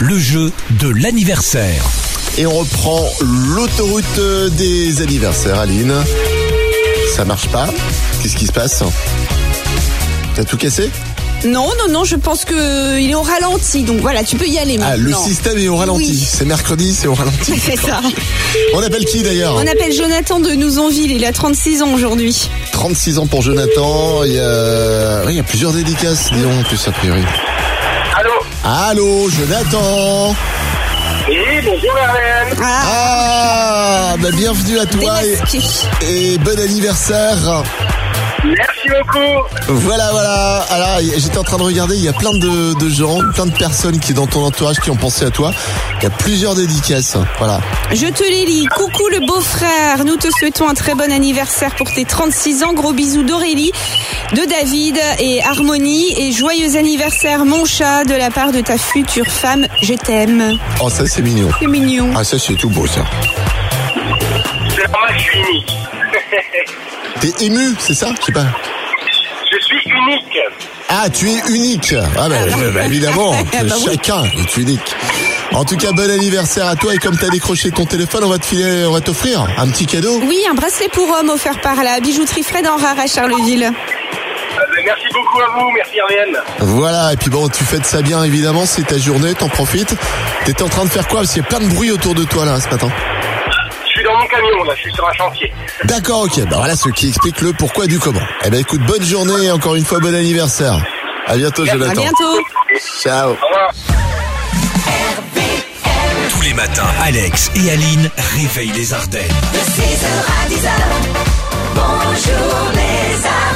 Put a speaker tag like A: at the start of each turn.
A: le jeu de l'anniversaire.
B: Et on reprend l'autoroute euh, des anniversaires, Aline. Ça marche pas Qu'est-ce qui se passe T'as tout cassé
C: Non, non, non, je pense que euh, il est au ralenti, donc voilà, tu peux y aller maintenant.
B: Ah, le système est au ralenti.
C: Oui.
B: C'est mercredi, c'est au ralenti.
C: C'est ça.
B: On appelle qui d'ailleurs
C: On appelle Jonathan de Nouzonville, il a 36 ans aujourd'hui.
B: 36 ans pour Jonathan. Il y a, oui, il y a plusieurs dédicaces, disons, en plus a priori.
D: Allô
B: Allô, Jonathan
D: Oui, bonjour Arlène
C: Ah,
B: Ah, bah, bienvenue à toi
C: démasqué.
B: et, et bon anniversaire.
D: Merci beaucoup
B: Voilà, voilà. Alors, y- j'étais en train de regarder, il y a plein de, de gens, plein de personnes qui dans ton entourage qui ont pensé à toi. Il y a plusieurs dédicaces. hein. Voilà.
C: Je te les lis. Coucou le beau-frère, nous te souhaitons un très bon anniversaire pour tes 36 ans. Gros bisous d'Aurélie, de David et Harmonie. Et joyeux anniversaire mon chat de la part de ta future femme. Je t'aime.
B: Oh, ça, c'est mignon.
C: C'est mignon.
B: Ah, ça, c'est tout beau, ça.
D: C'est normal, je suis unique.
B: T'es ému, c'est ça Je sais pas.
D: je suis unique.
B: Ah, tu es unique. Ah, bah, bah, bah, évidemment.
C: Ah, bah oui.
B: Chacun est unique. En tout cas, bon anniversaire à toi. Et comme t'as décroché ton téléphone, on va te filer, on va t'offrir un petit cadeau.
C: Oui, un bracelet pour homme offert par la bijouterie Fred Enrard à Charleville.
D: Ah ben, Merci beaucoup à vous, merci Arlène.
B: Voilà. Et puis bon, tu fêtes ça bien, évidemment. C'est ta journée, t'en profites. T'étais en train de faire quoi Parce qu'il y a plein de bruit autour de toi, là, ce matin.
D: Je suis dans mon camion, là, je suis sur un chantier.
B: D'accord, ok. Bah voilà ce qui explique le pourquoi du comment. Eh ben écoute, bonne journée et encore une fois bon anniversaire. À bientôt,
C: À
B: Jonathan.
C: bientôt.
B: Ciao.
D: Au revoir.
A: Tous les matins, Alex et Aline réveillent les Ardennes.
E: De 6h à 10h, bonjour les Ardennes.